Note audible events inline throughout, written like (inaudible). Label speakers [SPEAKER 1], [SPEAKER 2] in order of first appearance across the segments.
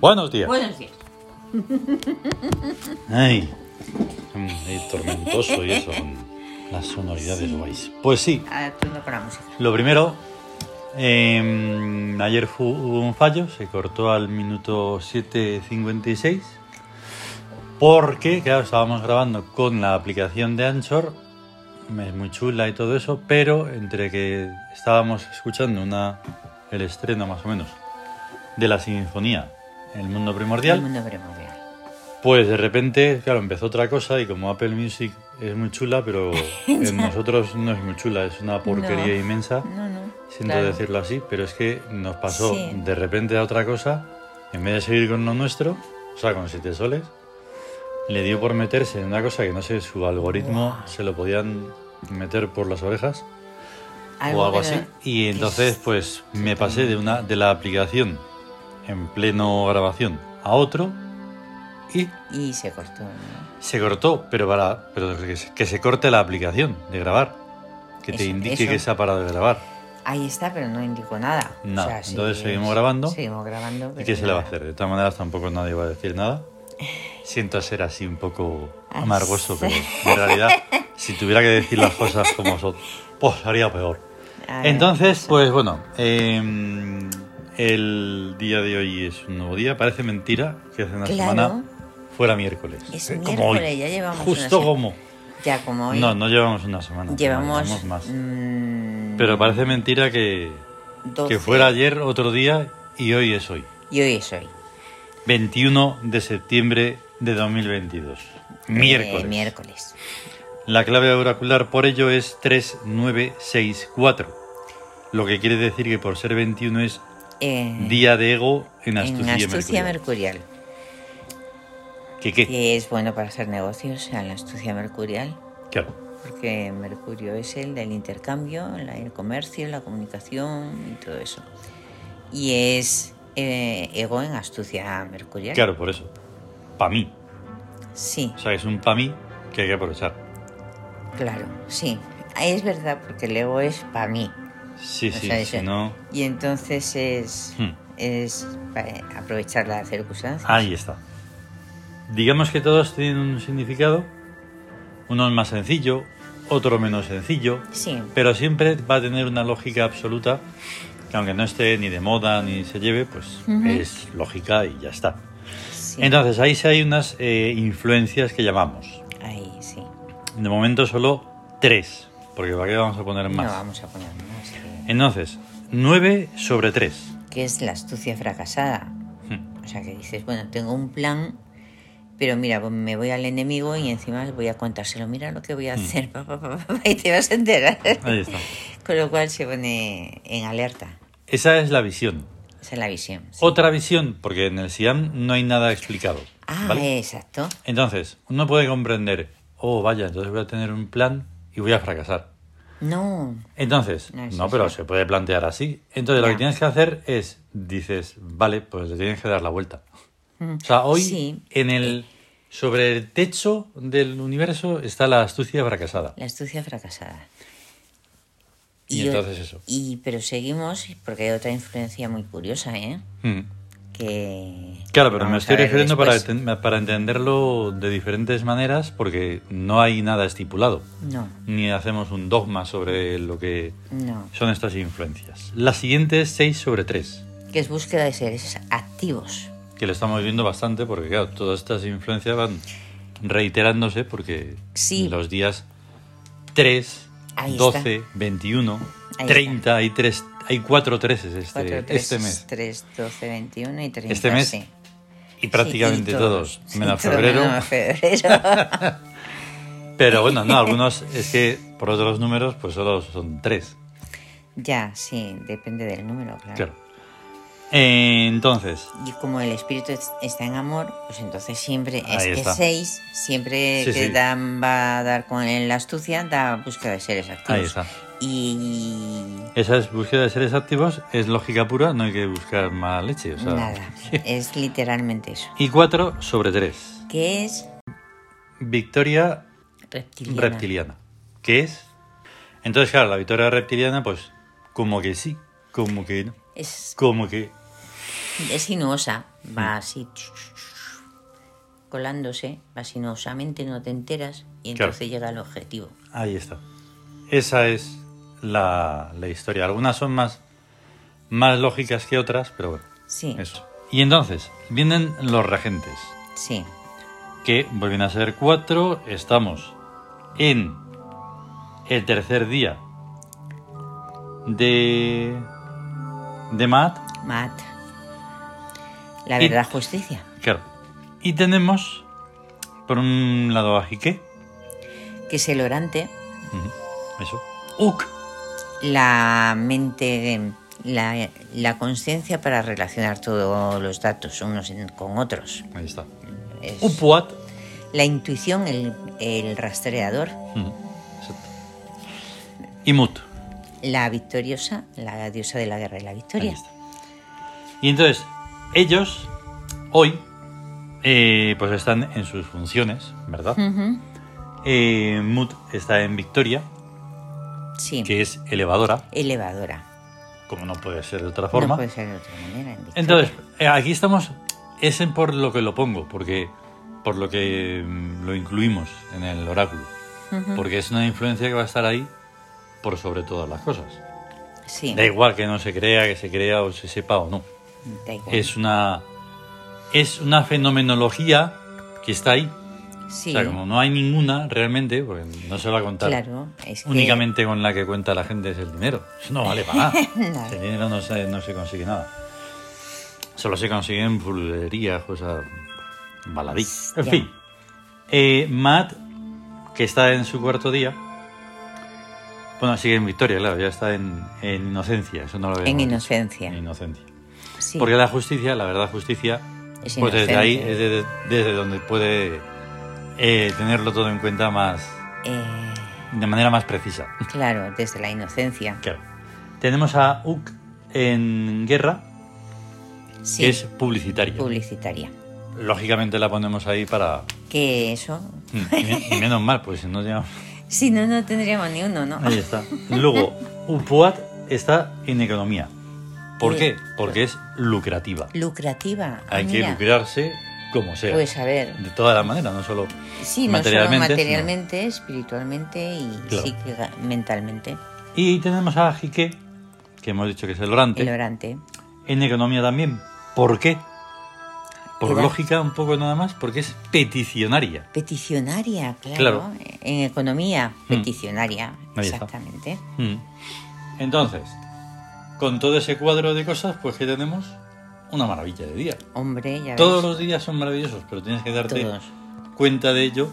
[SPEAKER 1] Buenos días.
[SPEAKER 2] Buenos días.
[SPEAKER 1] Ay, mm, es tormentoso y eso, mm, las sonoridades guays. Pues sí,
[SPEAKER 2] A tu Ah, no con la música.
[SPEAKER 1] lo primero, em, ayer fu- hubo un fallo, se cortó al minuto 7.56, porque, claro, estábamos grabando con la aplicación de Anchor, es muy chula y todo eso, pero entre que estábamos escuchando una, el estreno más o menos de la sinfonía, El Mundo Primordial,
[SPEAKER 2] El mundo primordial.
[SPEAKER 1] Pues de repente, claro, empezó otra cosa y como Apple Music es muy chula,
[SPEAKER 2] (laughs)
[SPEAKER 1] pero en nosotros no es muy chula, es una porquería
[SPEAKER 2] No.
[SPEAKER 1] inmensa,
[SPEAKER 2] No, no.
[SPEAKER 1] siento
[SPEAKER 2] claro.
[SPEAKER 1] decirlo así, pero es que nos pasó
[SPEAKER 2] Sí.
[SPEAKER 1] de repente a otra cosa, en vez de seguir con lo nuestro, o sea, con Siete Soles, le dio por meterse en una cosa que no sé, su algoritmo se lo podían meter por las orejas o algo
[SPEAKER 2] que
[SPEAKER 1] así.
[SPEAKER 2] no-
[SPEAKER 1] Y entonces, pues me pasé de una de la aplicación en pleno grabación a otro y
[SPEAKER 2] Y se cortó. ¿no?
[SPEAKER 1] se cortó, pero para pero que, se, que se corte la aplicación de grabar, que te
[SPEAKER 2] Eso-
[SPEAKER 1] indique
[SPEAKER 2] eso.
[SPEAKER 1] que se ha parado de grabar
[SPEAKER 2] Ahí está, pero no indicó nada.
[SPEAKER 1] No,
[SPEAKER 2] O sea, sí,
[SPEAKER 1] entonces seguimos
[SPEAKER 2] sí,
[SPEAKER 1] grabando.
[SPEAKER 2] Seguimos grabando.
[SPEAKER 1] y
[SPEAKER 2] pero
[SPEAKER 1] qué se le va a
[SPEAKER 2] nada.
[SPEAKER 1] hacer. De todas maneras tampoco nadie va a decir nada. Siento ser así un poco
[SPEAKER 2] Ah,
[SPEAKER 1] amargoso,
[SPEAKER 2] sí.
[SPEAKER 1] pero en
[SPEAKER 2] (laughs)
[SPEAKER 1] realidad si tuviera que decir las cosas como son, pues haría peor.
[SPEAKER 2] Ah,
[SPEAKER 1] Entonces,
[SPEAKER 2] eso.
[SPEAKER 1] pues bueno, em, el día de hoy es un nuevo día. Parece mentira que hace una
[SPEAKER 2] Claro.
[SPEAKER 1] semana fuera miércoles.
[SPEAKER 2] Es
[SPEAKER 1] Eh,
[SPEAKER 2] miércoles, ya llevamos una
[SPEAKER 1] Justo
[SPEAKER 2] se-
[SPEAKER 1] como.
[SPEAKER 2] Ya como hoy.
[SPEAKER 1] No, no llevamos una semana.
[SPEAKER 2] Llevamos.
[SPEAKER 1] llevamos más.
[SPEAKER 2] mm,
[SPEAKER 1] Pero parece mentira que,
[SPEAKER 2] 12.
[SPEAKER 1] que fuera ayer otro día y hoy es hoy.
[SPEAKER 2] Y hoy eh, es hoy.
[SPEAKER 1] 21 de septiembre de 2022. Miércoles.
[SPEAKER 2] Eh, miércoles.
[SPEAKER 1] La clave oracular por ello es 3964. Lo que quiere decir que por ser 21 es
[SPEAKER 2] Eh,
[SPEAKER 1] día de ego en
[SPEAKER 2] en
[SPEAKER 1] astucia,
[SPEAKER 2] astucia
[SPEAKER 1] mercurial.
[SPEAKER 2] mercurial.
[SPEAKER 1] ¿Qué qué?
[SPEAKER 2] Que es bueno para hacer negocios, a la astucia mercurial.
[SPEAKER 1] Claro.
[SPEAKER 2] Porque Mercurio es el del intercambio, la- el comercio, la comunicación y todo eso. Y es eh, ego en astucia mercurial.
[SPEAKER 1] Claro, por eso. Pa' mí.
[SPEAKER 2] Sí,
[SPEAKER 1] O sea, es un pa' mí que hay que aprovechar.
[SPEAKER 2] claro, sí. Ahí es verdad, porque el ego es para mí.
[SPEAKER 1] Sí,
[SPEAKER 2] O
[SPEAKER 1] sí,
[SPEAKER 2] sea,
[SPEAKER 1] si
[SPEAKER 2] ese-
[SPEAKER 1] no...
[SPEAKER 2] Y entonces es,
[SPEAKER 1] Hmm.
[SPEAKER 2] es pa- eh, aprovechar las circunstancias.
[SPEAKER 1] Ahí está. Digamos que todos tienen un significado. Uno es más sencillo, otro menos sencillo.
[SPEAKER 2] Sí,
[SPEAKER 1] Pero siempre va a tener una lógica absoluta que aunque no esté ni de moda ni se lleve, pues
[SPEAKER 2] Ujú.
[SPEAKER 1] es lógica y ya está.
[SPEAKER 2] sí.
[SPEAKER 1] Entonces ahí sí hay unas eh, influencias que llamamos.
[SPEAKER 2] Ahí sí.
[SPEAKER 1] De momento solo tres, porque ¿para qué vamos a poner
[SPEAKER 2] No
[SPEAKER 1] más?
[SPEAKER 2] vamos a poner más. Que,
[SPEAKER 1] Entonces, 9 sobre 3.
[SPEAKER 2] que es la astucia fracasada. O sea, que dices, bueno, tengo un plan, pero mira, pues me voy al enemigo y encima voy a contárselo, mira lo que voy a hacer, (laughs) pa, pa, pa, pa, pa, y te vas a enterar.
[SPEAKER 1] Mm. Ahí está.
[SPEAKER 2] (laughs) Con lo cual se pone en alerta.
[SPEAKER 1] Esa es la visión.
[SPEAKER 2] Esa es la visión. sí.
[SPEAKER 1] Otra visión, porque en el SIAM no hay nada explicado.
[SPEAKER 2] Ah,
[SPEAKER 1] ¿vale?
[SPEAKER 2] exacto.
[SPEAKER 1] Entonces, uno puede comprender, oh, vaya, entonces voy a tener un plan y voy a fracasar.
[SPEAKER 2] No,
[SPEAKER 1] Entonces,
[SPEAKER 2] No,
[SPEAKER 1] no,
[SPEAKER 2] eso sí.
[SPEAKER 1] pero se puede plantear así. Entonces, lo
[SPEAKER 2] Ya.
[SPEAKER 1] que tienes que hacer es, dices, vale, pues le tienes que dar la vuelta. O sea, hoy
[SPEAKER 2] Mm. Sí. Eh.
[SPEAKER 1] en el sobre el techo del universo está la astucia fracasada.
[SPEAKER 2] la astucia fracasada.
[SPEAKER 1] Y
[SPEAKER 2] o-
[SPEAKER 1] entonces eso.
[SPEAKER 2] Y, pero seguimos, porque hay otra influencia muy curiosa, ¿eh?
[SPEAKER 1] Mm.
[SPEAKER 2] Que...
[SPEAKER 1] Claro, pero me
[SPEAKER 2] vamos a
[SPEAKER 1] estoy
[SPEAKER 2] ver
[SPEAKER 1] refiriendo para,
[SPEAKER 2] después.
[SPEAKER 1] enten- para entenderlo de diferentes maneras porque no hay nada estipulado.
[SPEAKER 2] No,
[SPEAKER 1] Ni hacemos un dogma sobre lo que
[SPEAKER 2] no.
[SPEAKER 1] son estas influencias. La siguiente es 6 sobre 3.
[SPEAKER 2] Que es búsqueda de seres activos.
[SPEAKER 1] que lo estamos viendo bastante porque claro, todas estas influencias van reiterándose porque
[SPEAKER 2] Sí.
[SPEAKER 1] los días 3,
[SPEAKER 2] Ahí
[SPEAKER 1] 12, 21,
[SPEAKER 2] Ahí
[SPEAKER 1] 30, hay, tres, hay 4 13 este,
[SPEAKER 2] 4, 3,
[SPEAKER 1] este mes.
[SPEAKER 2] 12, 21 y 30.
[SPEAKER 1] Este mes,
[SPEAKER 2] sí.
[SPEAKER 1] Y prácticamente
[SPEAKER 2] Sí, y
[SPEAKER 1] todos,
[SPEAKER 2] Sí,
[SPEAKER 1] menos
[SPEAKER 2] todo
[SPEAKER 1] febrero.
[SPEAKER 2] menos febrero. (laughs)
[SPEAKER 1] Pero bueno, no, algunos es que por otros números pues solo son 3.
[SPEAKER 2] ya, sí, depende del número, claro.
[SPEAKER 1] Claro. Eh, Entonces,
[SPEAKER 2] Y como el espíritu es- está en amor, pues entonces siempre,
[SPEAKER 1] Ahí
[SPEAKER 2] es que
[SPEAKER 1] está.
[SPEAKER 2] 6, siempre
[SPEAKER 1] Sí,
[SPEAKER 2] que
[SPEAKER 1] sí.
[SPEAKER 2] Dan, va a dar con la astucia, da búsqueda de seres activos.
[SPEAKER 1] Ahí está.
[SPEAKER 2] Y
[SPEAKER 1] esa es búsqueda de seres activos, es lógica pura, no hay que buscar más leche. o sea.
[SPEAKER 2] nada, es literalmente eso.
[SPEAKER 1] Y 4 sobre 3.
[SPEAKER 2] Que es
[SPEAKER 1] Victoria
[SPEAKER 2] reptiliana.
[SPEAKER 1] reptiliana. ¿Qué es? Entonces, claro, la victoria reptiliana, pues, como que sí, como que no,
[SPEAKER 2] Es
[SPEAKER 1] como que.
[SPEAKER 2] Es sinuosa,
[SPEAKER 1] Mm.
[SPEAKER 2] va así ch, ch, ch, colándose, va sinuosamente, no te enteras y
[SPEAKER 1] Claro.
[SPEAKER 2] entonces llega al objetivo.
[SPEAKER 1] Ahí está. Esa es la, la historia. Algunas son más, más lógicas que otras, pero bueno,
[SPEAKER 2] Sí,
[SPEAKER 1] eso. Y entonces, vienen los regentes,
[SPEAKER 2] sí,
[SPEAKER 1] que vuelven a ser cuatro. Estamos en el tercer día de, de Maat.
[SPEAKER 2] Matt. La
[SPEAKER 1] Y-
[SPEAKER 2] verdad, justicia.
[SPEAKER 1] Claro. Y tenemos, por un lado, a Jique.
[SPEAKER 2] Que es el orante,
[SPEAKER 1] Eso. Uk.
[SPEAKER 2] la mente, la, la conciencia para relacionar todos los datos unos en- con otros.
[SPEAKER 1] Ahí está.
[SPEAKER 2] Es
[SPEAKER 1] Upuat.
[SPEAKER 2] la intuición, el, el rastreador,
[SPEAKER 1] Ujú, Exacto. Y Mut.
[SPEAKER 2] la victoriosa, la diosa de la guerra y la
[SPEAKER 1] Ahí
[SPEAKER 2] victoria.
[SPEAKER 1] está. Y entonces, ellos, hoy, eh, pues están en sus funciones, ¿verdad?
[SPEAKER 2] Ujú,
[SPEAKER 1] Eh, Mut está en Victoria,
[SPEAKER 2] Sí,
[SPEAKER 1] que es elevadora,
[SPEAKER 2] elevadora.
[SPEAKER 1] como no puede ser de otra
[SPEAKER 2] No
[SPEAKER 1] forma.
[SPEAKER 2] puede ser de otra manera. en victoria.
[SPEAKER 1] Entonces, eh, aquí estamos, es en por lo que lo pongo, porque por lo que mm, lo incluimos en el oráculo,
[SPEAKER 2] Ujú,
[SPEAKER 1] porque es una influencia que va a estar ahí por sobre todas las cosas.
[SPEAKER 2] Sí,
[SPEAKER 1] Da igual que no se crea, que se crea o se sepa o no.
[SPEAKER 2] da igual.
[SPEAKER 1] Es una es una fenomenología que está ahí.
[SPEAKER 2] Sí,
[SPEAKER 1] O sea, como no hay ninguna realmente, porque no se va a contar.
[SPEAKER 2] claro. es que-
[SPEAKER 1] Únicamente con la que cuenta la gente es el dinero. Eso no vale para nada.
[SPEAKER 2] (laughs) Nada.
[SPEAKER 1] El dinero no se, no se consigue nada. Solo se consiguen fulerías, cosas baladí. En
[SPEAKER 2] Ya.
[SPEAKER 1] fin, eh, Matt, que está en su cuarto día, bueno, sigue en victoria, claro, ya está en, en inocencia. Eso no lo
[SPEAKER 2] En
[SPEAKER 1] habíamos dicho.
[SPEAKER 2] inocencia.
[SPEAKER 1] En inocencia.
[SPEAKER 2] sí,
[SPEAKER 1] Porque la justicia, la verdad, justicia,
[SPEAKER 2] Es
[SPEAKER 1] pues desde
[SPEAKER 2] inocente.
[SPEAKER 1] ahí, es de- desde donde puede eh, tenerlo todo en cuenta más,
[SPEAKER 2] eh,
[SPEAKER 1] de manera más precisa.
[SPEAKER 2] claro, desde la inocencia.
[SPEAKER 1] Claro. Tenemos a Uc en guerra,
[SPEAKER 2] Sí,
[SPEAKER 1] que es publicitaria.
[SPEAKER 2] publicitaria.
[SPEAKER 1] Lógicamente la ponemos ahí para.
[SPEAKER 2] Que eso.
[SPEAKER 1] Y me- y menos mal, pues si no llevamos.
[SPEAKER 2] Si no, no tendríamos ni uno, ¿no?
[SPEAKER 1] Ahí está. Luego, Upuat está en economía. ¿Por
[SPEAKER 2] Sí.
[SPEAKER 1] qué? Porque es lucrativa.
[SPEAKER 2] Lucrativa. Ah,
[SPEAKER 1] Hay que
[SPEAKER 2] mira.
[SPEAKER 1] lucrarse como sea.
[SPEAKER 2] Pues a ver.
[SPEAKER 1] De todas las maneras, no solo.
[SPEAKER 2] Sí, no solo
[SPEAKER 1] Materialmente,
[SPEAKER 2] materialmente, espiritualmente y
[SPEAKER 1] Claro.
[SPEAKER 2] psíquica- mentalmente.
[SPEAKER 1] Y tenemos a Jique, que hemos dicho que es el orante,
[SPEAKER 2] El orante.
[SPEAKER 1] en economía también. ¿Por qué? Por
[SPEAKER 2] Era-
[SPEAKER 1] lógica, un poco nada más, porque es peticionaria.
[SPEAKER 2] Peticionaria, claro.
[SPEAKER 1] Claro.
[SPEAKER 2] En economía,
[SPEAKER 1] Mm.
[SPEAKER 2] peticionaria.
[SPEAKER 1] Ahí está.
[SPEAKER 2] exactamente.
[SPEAKER 1] Mm. Entonces, con todo ese cuadro de cosas, pues que tenemos una maravilla de día.
[SPEAKER 2] Hombre, ya
[SPEAKER 1] Todos
[SPEAKER 2] ves.
[SPEAKER 1] los días son maravillosos, pero tienes que darte
[SPEAKER 2] Todos.
[SPEAKER 1] cuenta de ello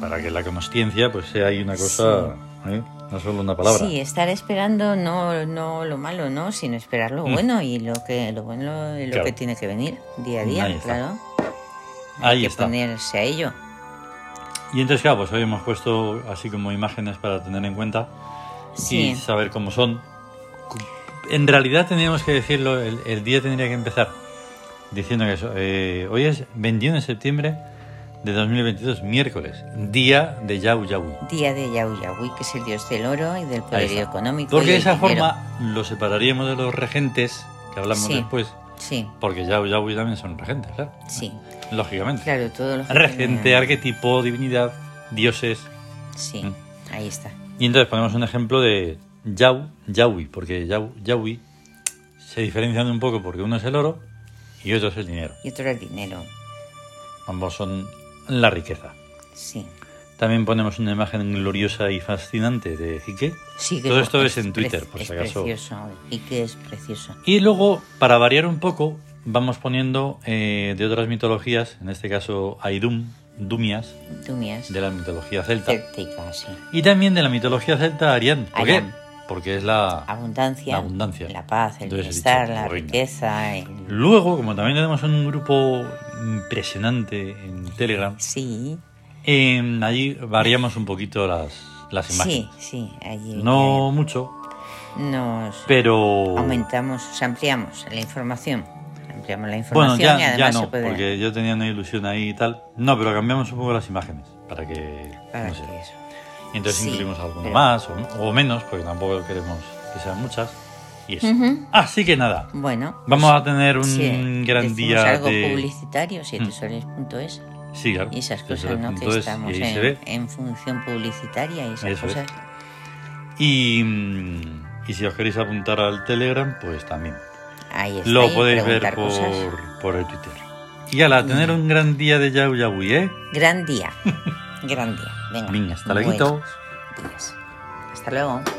[SPEAKER 1] para que la consciencia pues sea ahí una cosa, ¿eh? no solo una palabra.
[SPEAKER 2] Sí, estar esperando no, no lo malo, ¿no? Sino esperar lo
[SPEAKER 1] Mm.
[SPEAKER 2] bueno y lo que lo bueno es lo
[SPEAKER 1] Claro.
[SPEAKER 2] que tiene que venir día a
[SPEAKER 1] Ahí
[SPEAKER 2] día,
[SPEAKER 1] está.
[SPEAKER 2] claro.
[SPEAKER 1] ahí
[SPEAKER 2] que
[SPEAKER 1] está.
[SPEAKER 2] ponerse a ello.
[SPEAKER 1] Y entonces, claro, pues hoy hemos puesto así como imágenes para tener en cuenta y
[SPEAKER 2] Sí.
[SPEAKER 1] saber cómo son. Cu- En realidad tendríamos que decirlo, el, el día tendría que empezar diciendo que eso, eh, hoy es 21 de septiembre de 2022, miércoles, día de Yau Yau.
[SPEAKER 2] Día de Yau Yahui, que es el dios del oro y
[SPEAKER 1] Ahí
[SPEAKER 2] del poderío
[SPEAKER 1] está.
[SPEAKER 2] económico.
[SPEAKER 1] Porque
[SPEAKER 2] y
[SPEAKER 1] de
[SPEAKER 2] el
[SPEAKER 1] esa
[SPEAKER 2] dinero.
[SPEAKER 1] forma lo separaríamos de los regentes, que hablamos
[SPEAKER 2] Sí.
[SPEAKER 1] después,
[SPEAKER 2] Sí,
[SPEAKER 1] porque Yau Yau también son regentes, claro,
[SPEAKER 2] sí.
[SPEAKER 1] lógicamente.
[SPEAKER 2] Claro, todo lo que
[SPEAKER 1] Regente,
[SPEAKER 2] tiene-
[SPEAKER 1] arquetipo, divinidad, dioses.
[SPEAKER 2] Sí,
[SPEAKER 1] Mm.
[SPEAKER 2] ahí está.
[SPEAKER 1] Y entonces ponemos un ejemplo de Yau, Yaui, porque Yau, Yaui se diferencian un poco porque uno es el oro y otro es el dinero.
[SPEAKER 2] Y otro el dinero.
[SPEAKER 1] Ambos son la riqueza.
[SPEAKER 2] Sí.
[SPEAKER 1] También ponemos una imagen gloriosa y fascinante de Jique.
[SPEAKER 2] sí que
[SPEAKER 1] Todo esto es en
[SPEAKER 2] pre-
[SPEAKER 1] Twitter, por si acaso.
[SPEAKER 2] Es precioso. Y que es precioso.
[SPEAKER 1] Y luego, para variar un poco, vamos poniendo eh, de otras mitologías, en este caso Aidum, Dumias,
[SPEAKER 2] Tú miras.
[SPEAKER 1] de la mitología celta.
[SPEAKER 2] Celtica, sí.
[SPEAKER 1] Y también de la mitología celta Arián. ¿Por qué?
[SPEAKER 2] Arián.
[SPEAKER 1] Porque es la...
[SPEAKER 2] Abundancia.
[SPEAKER 1] La abundancia.
[SPEAKER 2] La paz, el
[SPEAKER 1] Entonces he dicho,
[SPEAKER 2] bienestar, la
[SPEAKER 1] "Venga".
[SPEAKER 2] riqueza. el-
[SPEAKER 1] Luego, como también tenemos un grupo impresionante en Telegram,
[SPEAKER 2] Sí.
[SPEAKER 1] eh, allí variamos un poquito las, las
[SPEAKER 2] Sí,
[SPEAKER 1] imágenes.
[SPEAKER 2] sí. Allí
[SPEAKER 1] No mucho,
[SPEAKER 2] nos
[SPEAKER 1] pero...
[SPEAKER 2] aumentamos, o sea, ampliamos la información. Ampliamos
[SPEAKER 1] Bueno,
[SPEAKER 2] la información y
[SPEAKER 1] ya,
[SPEAKER 2] además
[SPEAKER 1] ya
[SPEAKER 2] se
[SPEAKER 1] no,
[SPEAKER 2] puede.
[SPEAKER 1] porque yo tenía una ilusión ahí y tal. No, pero cambiamos un poco las imágenes para que...
[SPEAKER 2] Para
[SPEAKER 1] no sé.
[SPEAKER 2] que eso.
[SPEAKER 1] Y Entonces
[SPEAKER 2] Sí,
[SPEAKER 1] incluimos alguno
[SPEAKER 2] pero-
[SPEAKER 1] más o, o menos, porque tampoco queremos que sean muchas. y eso. Así que nada,
[SPEAKER 2] Bueno.
[SPEAKER 1] vamos a tener un
[SPEAKER 2] sí,
[SPEAKER 1] gran
[SPEAKER 2] decimos
[SPEAKER 1] día
[SPEAKER 2] algo
[SPEAKER 1] de...
[SPEAKER 2] publicitario, siete
[SPEAKER 1] Sí, claro.
[SPEAKER 2] y esas
[SPEAKER 1] Tesoreros
[SPEAKER 2] cosas, ¿no?
[SPEAKER 1] punto
[SPEAKER 2] Que
[SPEAKER 1] es, y
[SPEAKER 2] estamos
[SPEAKER 1] ahí se
[SPEAKER 2] en,
[SPEAKER 1] ve.
[SPEAKER 2] en función publicitaria y esas
[SPEAKER 1] Eso es.
[SPEAKER 2] cosas.
[SPEAKER 1] Y, mm, y si os queréis apuntar al Telegram, pues también.
[SPEAKER 2] Ahí está.
[SPEAKER 1] Lo
[SPEAKER 2] y
[SPEAKER 1] podéis ver
[SPEAKER 2] Pues preguntar cosas.
[SPEAKER 1] por, por el Twitter. Y ala, a tener un gran día de Yau Yaui, ¿eh? (laughs)
[SPEAKER 2] Gran día. Gran día. Venga.
[SPEAKER 1] Venga, hasta
[SPEAKER 2] Buenos
[SPEAKER 1] luego.
[SPEAKER 2] días. Hasta luego.